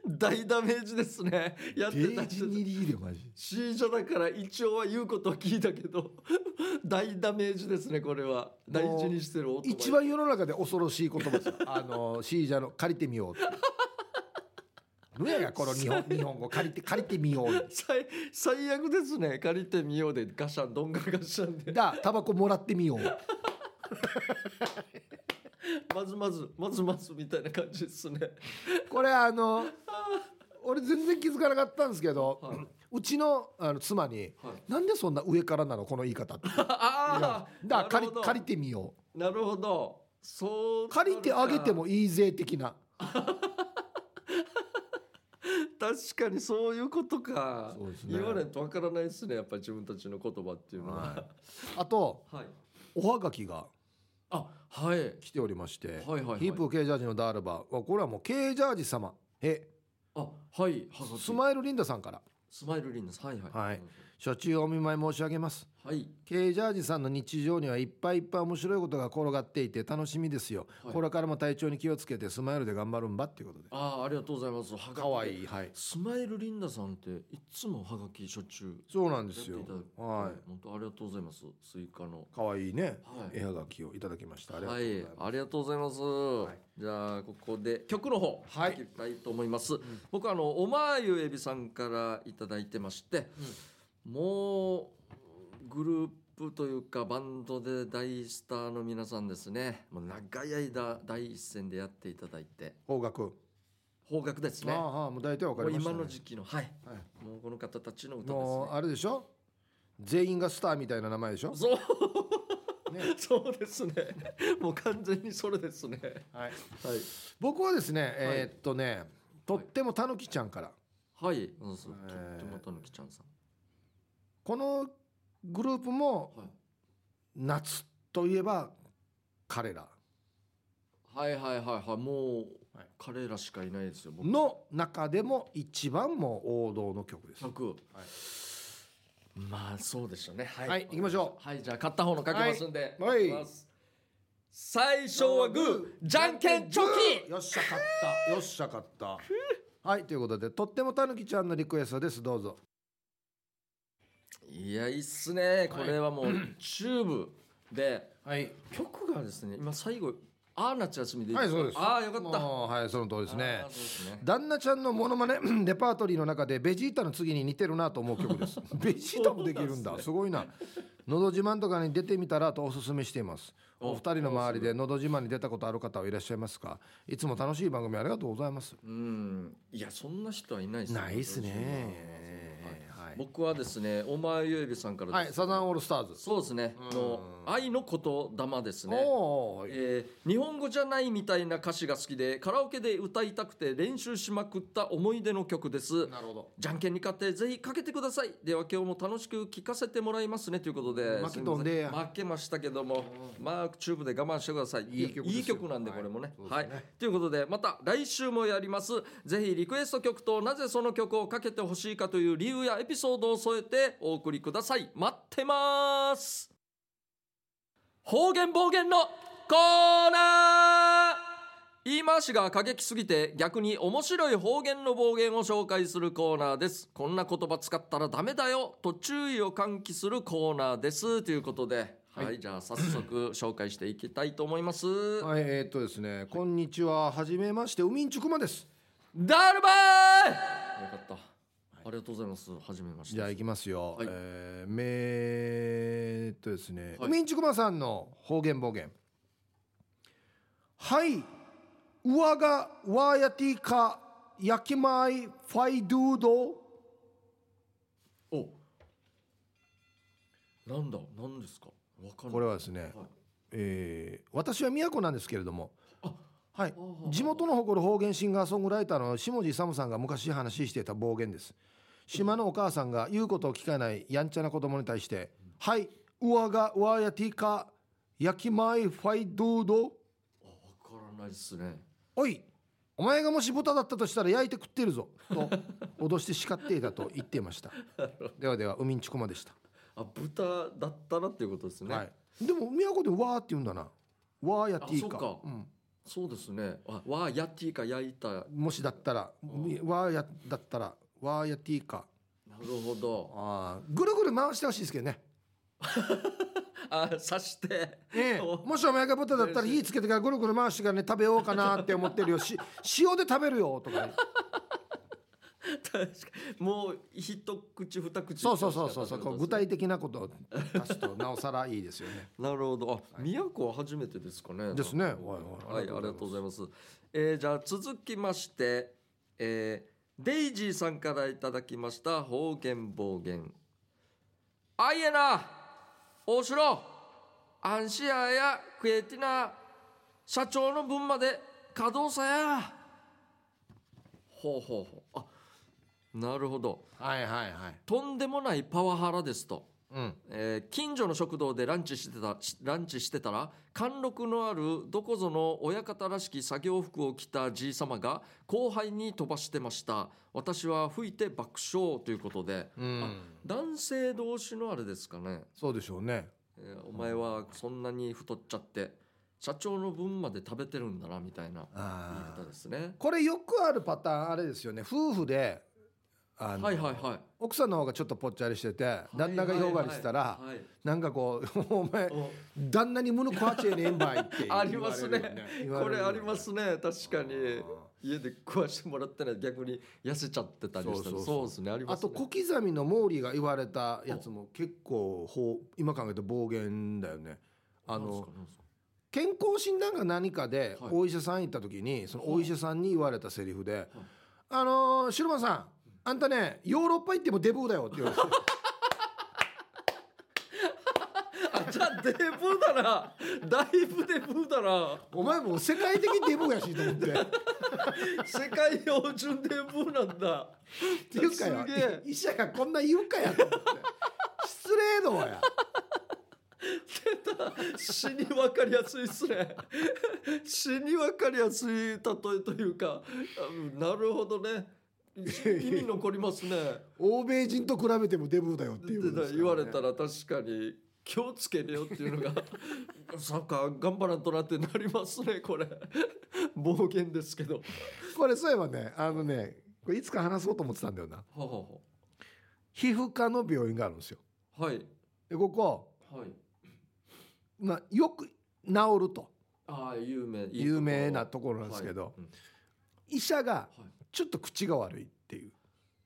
大ダメージですねやってデたージ人にリーでマジ C 女だから一応は言うことは聞いたけど 大ダメージですねこれは大事にしてるオートバイ一番世の中で恐ろしい言葉ですよあのシージャの借りてみようって何やがこの日本日本語借りて借りてみよう最最悪ですね借りてみようでガシャンどんがらガシャンでだタバコもらってみようまずまずまずまずみたいな感じですねこれあの俺全然気づかなかったんですけど、はいうちのあの妻に、はいなんでそんな上からなのこの言い方って ああだ借りなるほど借りてみよなるほどそうう借りてあげてもいいぜ的な確かにそういうことか、そうですね言わないとわからないですねやっぱり自分たちの言葉っていうのははいあとはい、おはがきがあはい来ておりまして、はいはいはいヒープー K ジャージのダールバーはこれはもう K ジャージ様えあはいはがきスマイルリンダさんからスマイルリンですはいはいはい初中お見舞い申し上げますはい、 K ジャージさんの日常にはいっぱいいっぱい面白いことが転がっていて楽しみですよ、はいこれからも体調に気をつけてスマイルで頑張るんばっていうことでああありがとうございますはがきかわいいはいスマイルリンダさんっていつもはがきしょっちゅうそうなんやでってすいよただくは本当ありがとうございますスイカのいかわいいね、はい絵はがきをいただきましたありがとはうございいます、、ありがとうございます。いじゃあここで曲の方はいきたいと思います。僕はあのおまーゆえびさんからいただいてまして、もうグループというかバンドで大スターの皆さんですね。もう長い間第一線でやっていただいて方角、方角ですあね。あああもう大体わかもりうました、今ね、の時期のはい、はいもうこの方たちの歌ですもねう。あれでしょ全員がスターみたいな名前でしょ、そう、ね そうですね。もう完全にそれですね。はい、はい。僕はですね、えーっとねとってもたぬきちゃんから、はい、そうそう、えとーってもたぬきちゃんさん。このグループも夏といえば彼らはい、はい、はい、はい、はい、もうはい、彼らしかいないですよ。僕の中でも一番もう王道の曲です。曲。まあ、そうでしょうね。はいはい行きましょう。はい、じゃあ、買った方のかけますんで。はいはい行きます最初はグー、じゃんけんチョキ。よっしゃ勝ったよっしゃ勝ったはいということでとってもたぬきちゃんのリクエストですどうぞいや、いいっすね。これはもう、チューブで、はい曲がですね、今最後、ああ夏休みでいいはいそうですああ、よかった。あもうはいその通りですねーそうですね。旦那ちゃんのモノマネレパートリーの中でベジータの次に似てるなと思 う曲ですベジータもできるんだすごいな「のど自慢」とかに出てみたらとおすすめしていますおお二人の周りで「のど自慢」に出たことある方はいらっしゃいますかいつも楽しい番組ありがとうございますうん、いや、そんな人はいないですないっすはいねはい僕はですね、お前ゆえびさんからです、はいサザンオールスターズそうですね、うんの愛の言霊ですね。おーえー日本語じゃないみたいな歌詞が好きでカラオケで歌いたくて練習しまくった思い出の曲ですなるほどじゃんけんに勝ってぜひかけてくださいでは今日も楽しく聴かせてもらいますねということで負けとんですいませ負けましたけどもまあチューブで我慢してくださいいい曲ですよい曲なんでこれもね,、ははいいそうですねということでまた来週もやりますぜひリクエスト曲となぜその曲をかけてほしいかという理由やエピソードを添えてお送りください待ってます方言暴言のコーナー言い回しが過激すぎて逆に面白い方言の暴言を紹介するコーナーですこんな言葉使ったらダメだよと注意を喚起するコーナーですということではい、じゃあ早速紹介していきたいと思います、はいえーっとですねこんにちははじめましてウミンチュクマですダルバーよかった、ありがとうございますはじめましてじゃあ行きますよ、はいえー、めーっとですね、はいウミンチュクマさんの方言暴言はい上がわやてか焼きまいファイドゥードおなんだ何ですかわかんないこれはですね、はいええー私は宮古なんですけれどもあはい地元の誇る方言シンガーソングライターの下地勇さんが昔話していた暴言です島のお母さんが言うことを聞かないやんちゃな子供に対して「はいうわがわやティカ焼きまいファイドゥードあわからないですねおいお前がもし豚だったとしたら焼いて食ってるぞ」 と脅して叱っていたと言っていましたではでは海んちこまでした、あ豚だったらっていうことですね、はい、でも宮古で「わ」って言うんだな「わやティあそカうかうんそうですねあわあやっていいか焼いたなるもしだったらうわーやだったらわーやっていいかほどあーぐるぐる回してほしいですけどね、あ刺してええ、おもしお前が豚だったら嬉しい火つけてからぐるぐる回してからね食べようかなって思って るよし塩で食べるよとかね確かもう一口二口そうそうそうそうそうこう具体的的なことを出すとなおさらいいですよねなるほどあ、宮古は初めてですかねですねはいは、はいありがとうございます。えーじゃあ続きまして、えーデイジーさんからいただきました方言暴言。あいえな、おしろ、アンシアやクエティナ、社長の分まで稼働さや。ほうほうほう。あ、なるほど。はいはいはいとんでもないパワハラですと。うんえー近所の食堂でランチしてたしランチしてたら貫禄のあるどこぞの親方らしき作業服を着たじい様が後輩に飛ばしてました私は吹いて爆笑ということでうん男性同士のあれですかね、そうでしょうねえーお前はそんなに太っちゃって社長の分まで食べてるんだなみたいな言いあ方ーですねこれよくあるパターンあれですよね夫婦であのはいはいはい奥さんの方がちょっとぽっちゃりしてて旦那がはいは広いはいがりしたらはいなんかこう 「お前お旦那に胸こわちえねえんばい」って言わあれるりよますね言わこれるよありますね確かにあ家で食わしてもらったら逆に痩せちゃってたりしたそらうそうそそううですねありーあますとね小刻みの毛利が言われたやつも結構ほう今考えて暴言だよねあなんですのかなんですか健康診断が何かではいお医者さん行った時にそのお医者さんに言われたセリフではい「あのーシルマンさんあんたねヨーロッパ行ってもデブーだよ」って言われてあじゃあデブだなだいぶデブだなお前もう世界的デブーやしと思って。世界標準デブなんだっていうかよすげえ医者がこんな言うかやと思って失礼のや死に分かりやすいっすね死に分かりやすい例えというかあうんなるほどね意味残りますね欧米人と比べてもデブーだよっていうことですか言らねわれたら確かに気をつけるよっていうの がサッカー頑張らんとなってなりますねこれ暴言ですけどこれそういえばねあのねこれいつか話そうと思ってたんだよなはは皮膚科の病院があるんですよはいでここ、はいまあ、よく治るとああ有名いいところ有名なところなんですけど、はいうん医者がはちょっと口が悪いっていう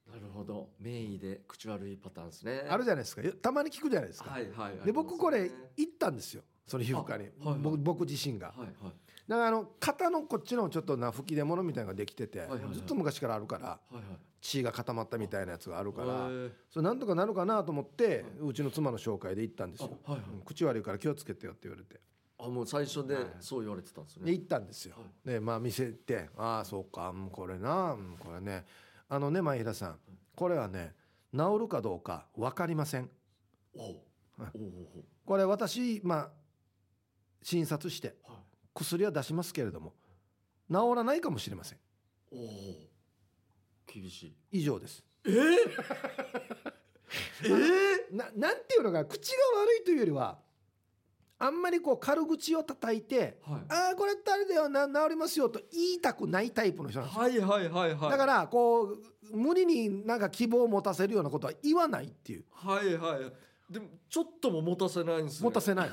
いなるほど名医で口悪いパターンですねあるじゃないですかよたまに聞くじゃないですか、はいはいで僕こあれりますね行ったんですよその皮膚科に、あはいはい僕僕自身が、はいはいだからあの肩のこっちのちょっとな吹き出物みたいなのができてて、はいはいはいずっと昔からあるからはいはい血が固まったみたいなやつがあるから、へえそれなんとかなるかなと思って、うちの妻の紹介で行ったんですよ、あはいはいうん口悪いから気をつけてよって言われてあもう最初ではいそう言われてたんですでね行ったんですよ、はでまあ見せて「ああそうかうんこれなうんこれねあのね前平さんこれはね治るかどうか分かりませんおおはいおおこれ私まあ診察しておはい薬は出しますけれども治らないかもしれませんおお厳しい以上です」えー、えーななんていうのか口が悪いというよりはあんまりこう軽口を叩いてはい「ああこれってあれだよな治りますよ」と言いたくないタイプの人なんですよ、はいはいはいはい。だからこう無理になんか希望を持たせるようなことは言わないっていうはいはい。でもちょっとも持たせないんですね。持たせない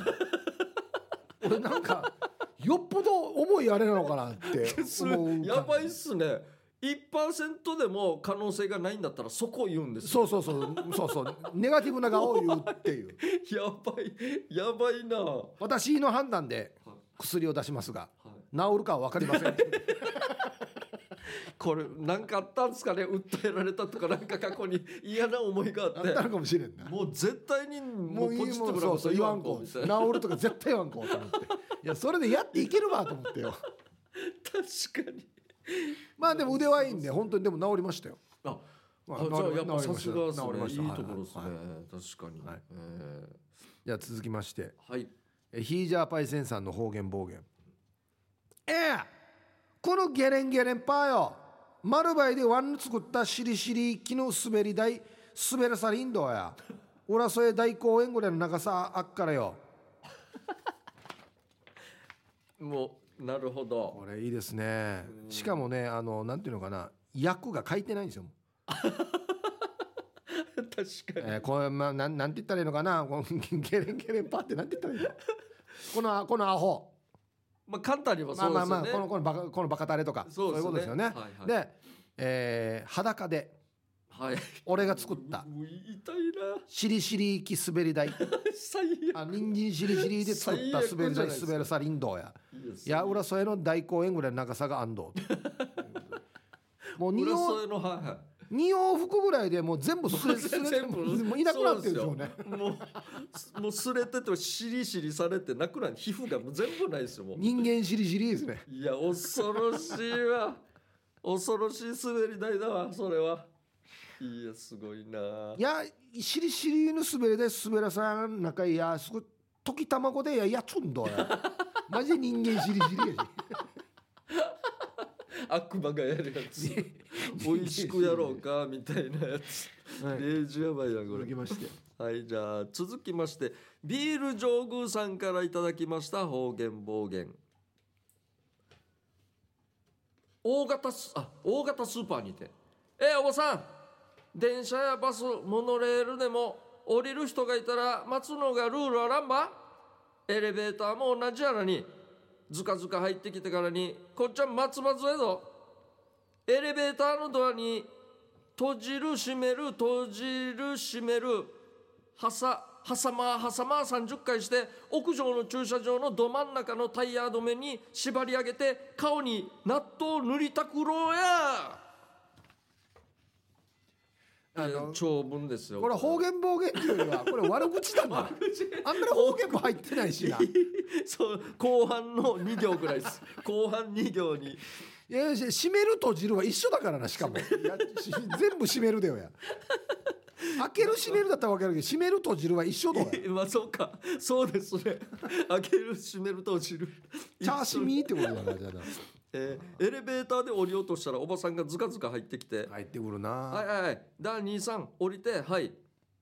俺なんかよっぽど重いあれなのかなってす思 うやばいっすね。1%でも可能性がないんだったらそこを言うんですそよ。うそうそうそうそうネガティブな顔を言うっていう やばいやばいな。は私の判断でい薬を出しますがは 治るかは分かりませんこれ何かあったんですかね訴えられたとかなんか過去に嫌な思いがあっあてったのかもしれんなもう絶対にももうういいポジティブもんなそこうそとう言言わわんんここうみ治たいなるとか絶対言わんこうと思っていやそれでやっていけるわと思ってよ確かにまあでも腕はいいんで本当にでも治りましたよ、あまあじゃあやっぱ治りさましすたがで治りますしたねいいはところですねはい確かにはいえじゃあ続きましてーはいえヒージャーパイセンさんの方言暴言ええこのゲレンゲレンパーよ丸バイでワン作ったシリシリ木の滑り台滑らさりんどや俺はそれ大公園ぐらいの長さあっからよもうなるほどこれいいですねしかもねあのなんていうのかな役が書いてないんですよ、 確かにえーこれまあなんなんて言ったらいいのかなこの ゲレンゲレンパーってなんて言ったらいいのこのこのアホまあ簡単にはまそうあでますあよまあねこのこのバカこのバカタレとかそう,、いうことですよね、はいはいで、えー裸ではい俺が作ったもう痛いしりしり行き滑り台な最悪あ人参しりしりで作った最悪じゃ滑りない台ですか滑らさ林道やいや裏添えの大公園ぐらいの長さが 安藤もう二裏往添えのはいはい二往復ぐらいでもう全部すれす れ全部もういなくなってるんでしょうねそうですよもうもうすれててもしりしりされてなくなる皮膚がもう全部ないですよもう人間しりしりですねいや恐ろしいわ恐ろしい滑り台だわそれはいやすごいないやしりしりの滑り台滑らさん中いやすごい時卵でややつんどやマジで人間しりしりやし悪魔がやるや つ美味しくやろうかみたいなやつはいレイジやばいなこれ続きましてはいじゃあ続きましてビール上宮さんからいただきました方言暴言大型スあ大型スーパーにて「えーおばさん電車やバスモノレールでも降りる人がいたら待つのがルールあらんばエレベーターも同じやらにずかずか入ってきてからにこっちは待つ待つやぞエレベーターのドアに閉じる閉める閉じる閉めるはさはさまはさま30回して屋上の駐車場のど真ん中のタイヤ止めに縛り上げて顔に納豆塗りたくろうやあのえー長文ですよこれ方言暴言っていうよりはこれ悪口なんだあんまり方言も入ってないしな そう後半の2行ぐらい です後半2行にいやいや閉める閉じるは一緒だからなしかもいやし全部閉めるだよや開ける閉めるだったら分かるけど閉める閉じるは一緒だよまあそうかそうですね開ける閉める閉じるチャーシミーってことだなじゃえーエレベーターで降りようとしたらおばさんがズカズカ入ってきてあ入ってくる「はいなはいはいだ兄さん降りてはい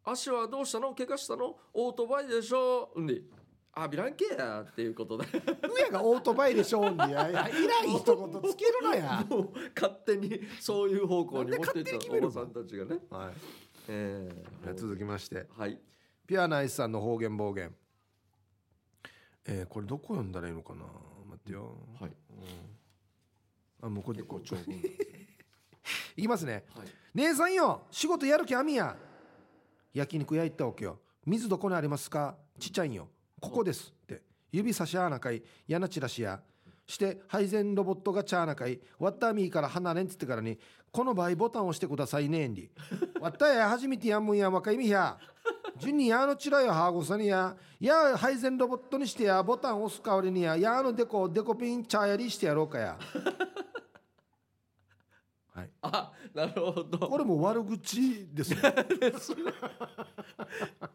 足はどうしたの怪我したのオートバイでしょ」うんで「あビランケや」っていうこと で上がオートバイでしょうんでいやいやいらん一言つけるなやもう勝手にそういう方向に持っていっなんで勝手に決ためおるのばさんたちがね、はいえじゃあー、続きましてはいピアナイスさんの方言暴言えーこれどこ読んだらいいのかな待ってよはいあもうこれ結構長文なんですねいきますねはい姉さんよ仕事やる気あみや焼肉屋行ったわけよ水どこにありますかちっちゃいんよここですって指差し穴かいやなチラシやして配膳ロボットがチャーナかいワッターミーから離れんっつってからにこの場合ボタンを押してくださいねんりワッターや初めてやんむんや若いみやジュニアのチラよハーゴさにややあ配膳ロボットにしてやボタン押す代わりにややあのデコデコピンチャーやりしてやろうかやはいあなるほ こどれも悪口で すよ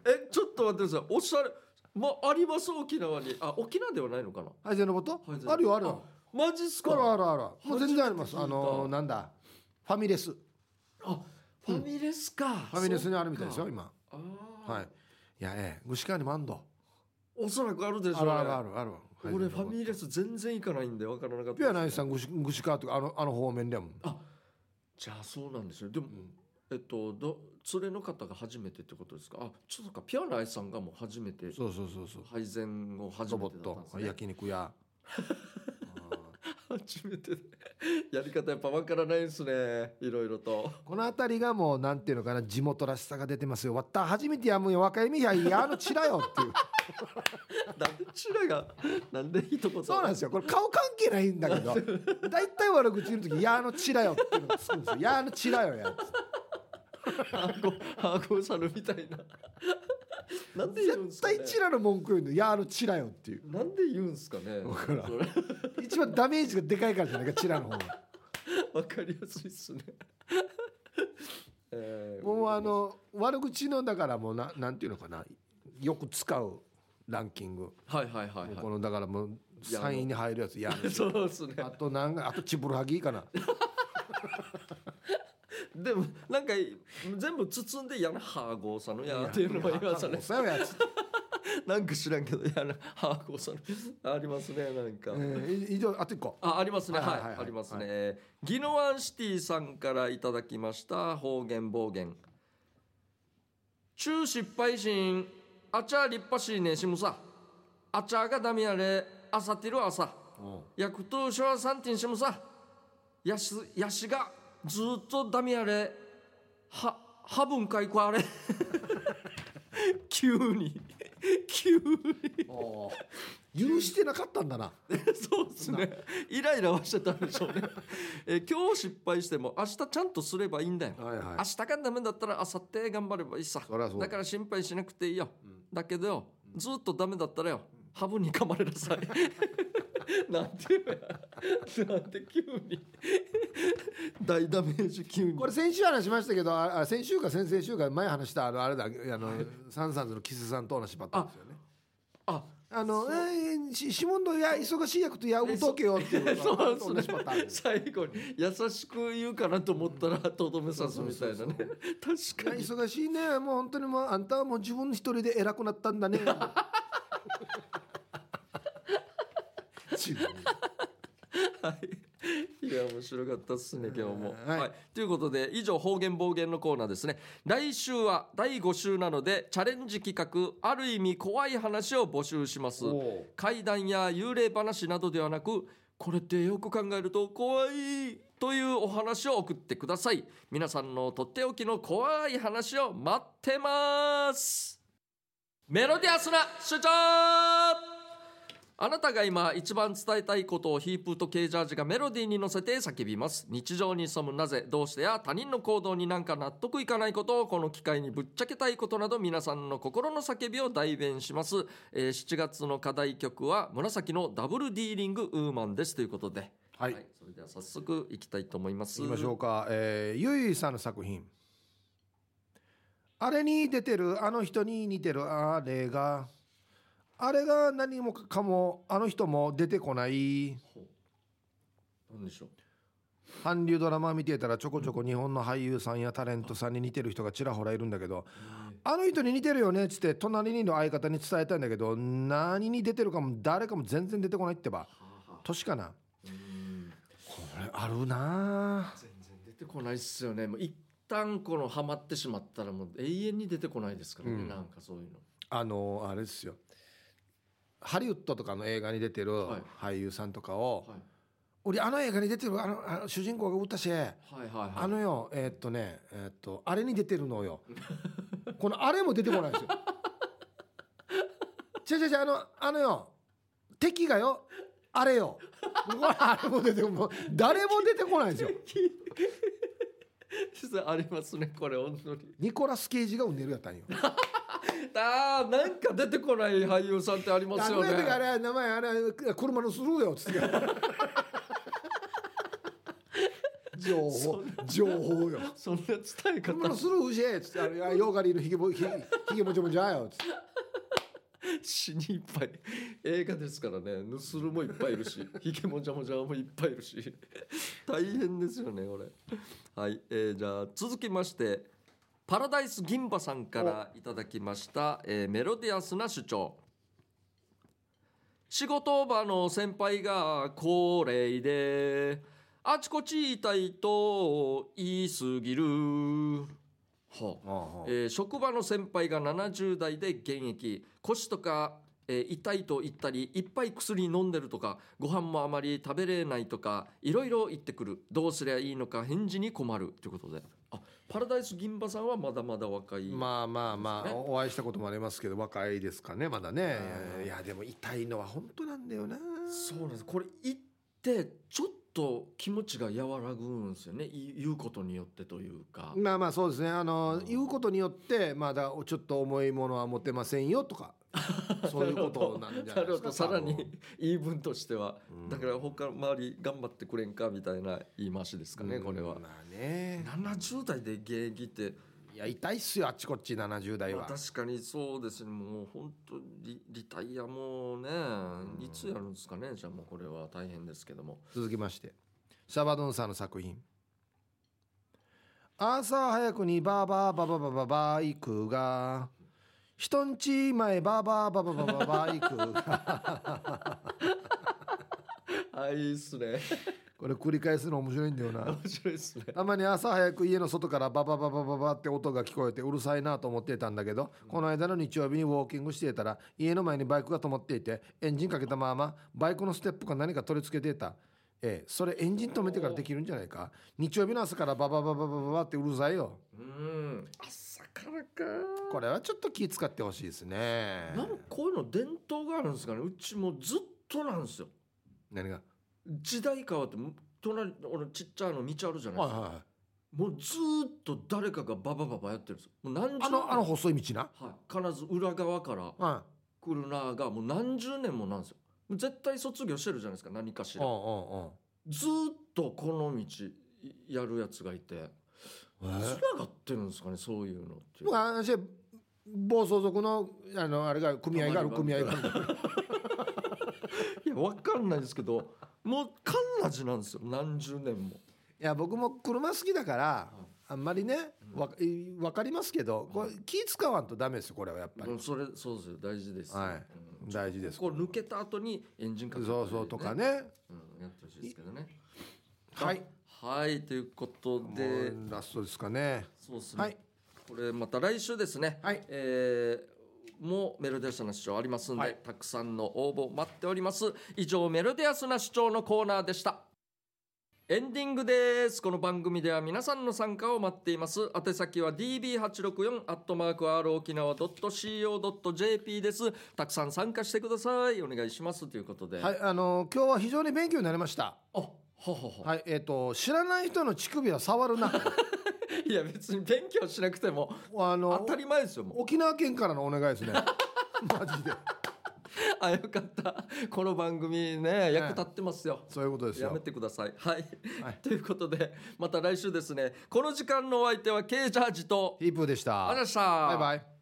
えちょっと待ってくださいおしゃれまあります沖縄にあ沖縄ではないのかな配膳ロボット配膳あるよあるよマジっすあかるあるあるもう全然あります初めて聞あいたのなんだファミレスフあファミレスか、ァミレスにあるみたいですそよっか今あーはいいやええ牛川にマンドおそらくあるでしょあうねるあるあるある俺ファミレス全然行かないんで分からなかったピュアナイスさん牛牛川とかあのあの方面でもんじゃあそうなんですよでも、えっとど連れの方が初めてってことですかあちょっとかピュアナイスさんがもう初めてそうそうそうそう配膳を初ロめボてッだったんトですね焼肉屋あ初めてでやり方やっぱわからないんですねいろいろと この辺りがもうなんていうのかな地元らしさが出てますよわった初めてやむよ若いみやいやあのちらよっていうなんでチラがなんで一言そうなんですよこれ顔関係ないんだ けど大体悪口言う時「いやあのちらよ」っていうのがつく んですよ「いやあのちらよや」ハーゴハーゴサルみた いななんで言うんす絶かね対ちらの文句言うの「いやあのちらよ」っていうなんで言うんすかねわからんそれ 一番ダメージがでかいからじゃないかちらの方が。わかりやすいっ すね、えーもうあの悪口のだからもうななんていうのかなよく使うランキング、はいはいはいこはのだからもういや3位に入るやついや いそうですねあとなんかあとチブルハギかなでもなんか全部包んでやなハーゴさんのやっていうのも言わさねねなんか知らんけどやなハーゴさんのありますねなんか、以上あと一個あありますねはいは、はいいはいありますね、ギノワンシティさんからいただきました方言暴言中失敗しんあちゃ立派しいねしむさあちゃがダメやれあさてるあさやくとしょさんてんしむさやしやしがずっとダメやれははぶんかいこあれ 急に 急に言うしてなかったんだな そうですね。イライラはしてたんでしょうね。えー今日失敗しても明日ちゃんとすればいいんだよ。はいは明い日がダメだったら明後日頑張ればいいさ。そりゃそうだだから心配しなくていいよ。だけどよ、ずっとダメだったらよ、ハブに噛まれな さい。なんていうのやなんて急に大ダメージ急にこれ先週話しましたけどああ先週か先々週か前話したあのあれだあのサンサンズのキスさんと同じパターンですよねああのえーし指紋のや忙しい役とやうとけよっていうそうのがなんですね同じパターンです最後に優しく言うかなと思ったらとどめさすみたいなね確かに忙しいねもう本当にもうあんたはもう自分一人で偉くなったんだ ね自分はい、いや面白かったですね今日も、ははいいということで以上方言暴言のコーナーですね来週は第5週なのでチャレンジ企画ある意味怖い話を募集しますおう怪談や幽霊話などではなくこれってよく考えると怖いというお話を送ってください皆さんのとっておきの怖い話を待ってますメロディアスな主張あなたが今一番伝えたいことをヒープーとケージャージがメロディーに乗せて叫びます日常に潜むなぜどうしてや他人の行動になんか納得いかないことをこの機会にぶっちゃけたいことなど皆さんの心の叫びを代弁します、えー7月の課題曲は紫のダブルディーリングウーマンですということでは、はいそれでは早速いきたいと思います行きましょうか、えー、ゆいさんの作品あれに出てるあの人に似てるあれがあれが何もかもあの人も出てこない何でしょう韓流ドラマ見てたらちょこちょこ日本の俳優さんやタレントさんに似てる人がちらほらいるんだけどあの人に似てるよねっつって隣にいる相方に伝えたいんだけど何に出てるかも誰かも全然出てこないってば年かなこれあるな全然出てこないっすよねもう一旦このハマってしまったらもう永遠に出てこないですからね、うんなんかそういうのああのあれですよハリウッドとかの映画に出てるはい俳優さんとかを、はい俺あの映画に出てるあのあの主人公が歌しはいはいはい。あのよ、えーっとね、えーっと、あれに出てるのよ。このあれも出てこないですよ。違う違う違う、あの、あのよ、敵がよ、あれ よ。これあれも出てこもう誰も出てこないんですよ。実はありますね、これ、本当に。ニコラス・ケイジがうねるやったんよ。ああ、なんか出てこない俳優さんってありまあすのよやつがあね。れ、名前、あれ、車のスルーよ、つ って。情報、情報よ。そんな伝え車の方スルーうぜえ、つって、あれいやヨーガリーのひげぼ、ひひげもちもちゃよ、つって。 死にいっぱい映画ですからね盗るもいっぱいいるしひげもじゃもじゃもいっぱいいるし大変ですよねこれはい、えーじゃあ続きましてパラダイス銀馬さんからいただきました、えーメロディアスな主張仕事場の先輩が高齢であちこち痛いと言いすぎるはあえー職場の先輩が70代で現役腰とか、ええー痛いと言ったりいっぱい薬飲んでるとかご飯もあまり食べれないとかいろいろ言ってくるどうすりゃいいのか返事に困るということであパラダイス銀馬さんはまだまだ若い、まあまあまあねおお会いしたこともありますけど若いですかねまだねうんいやでも痛いのは本当なんだよなそうなんですこれ言ってちょっと気持ちが和らぐんですよねい言うことによってというか。まあまあそうですねあの、うん言うことによってまだちょっと重いものは持てませんよと かそういうことなんじゃないですかるほどさら多分に言い分としては、うんだから他の周り頑張ってくれんかみたいな言い回しですかね、うんこれは。まあね70代で現役って、いや痛いっすよあっちこっち70代まあは確かにそうですねもう本当リリタイアもね、んいつやるんですかねじゃあもうこれは大変ですけども続きましてシャバドゥンさんの作品朝早くにバーバーバババババー行くが人んち前バーバーバババババー行くが あいいっすねこれ繰り返すの面白いんだよな面白いっすねたまに朝早く家の外からババババババって音が聞こえてうるさいなと思ってたんだけどこの間の日曜日にウォーキングしていたら家の前にバイクが止まっていてエンジンかけたままバイクのステップか何か取り付けていた。ええ、それエンジン止めてからできるんじゃないか日曜日の朝からバババババババってうるさいようん朝からかこれはちょっと気使ってほしいですねなんかこういうの伝統があるんですかねうちもずっとなんですよ何が時代変わって隣俺ちっちゃいあの道あるじゃないはですいかはいはいもうずーっと誰かがババババやってるんですよもう何十年あのあの細い道なはい、必ず裏側からうん来るながもう何十年もなんですよ絶対卒業してるじゃないですか何かしうらんずーっとこの道やるやつがいてうんうんつええながってるんですかねそういうのって僕あの私暴走族のあのあれが組合がある組合があるいやわかんないですけどもうカンナジなんですよ何十年もいや僕も車好きだからうんあんまりねわ分かりますけどこれ気使わんとダメですよこれはやっぱうりんそれそうですよ大事ですよ、はいうん大事ですこう抜けた後にエンジンかけたりそうそうとか、ねうん、やってほしいですけどねはいはいということでもうラストですかねそうですね、はいこれまた来週ですね、はいえーもうメロディアスな主張ありますんで、はいたくさんの応募待っております以上メロディアスな主張のコーナーでしたエンディングですこの番組では皆さんの参加を待っています宛先は db864 アットマーク r 沖縄 .co.jp ですたくさん参加してくださいお願いしますということで、はいあの今日は非常に勉強になりましたあははは、はいえっと知らない人の乳首は触 るない、や別に勉強しなくてもあ当のたり前ですよもう沖縄県からのお願いですね マジであよかったこの番組ね役立ってますよ、そういうことですやよめてくださいはい、はい ということでまた来週ですねこの時間のお相手は K ジャージとヒープーでしたありがとうございましたバイバイ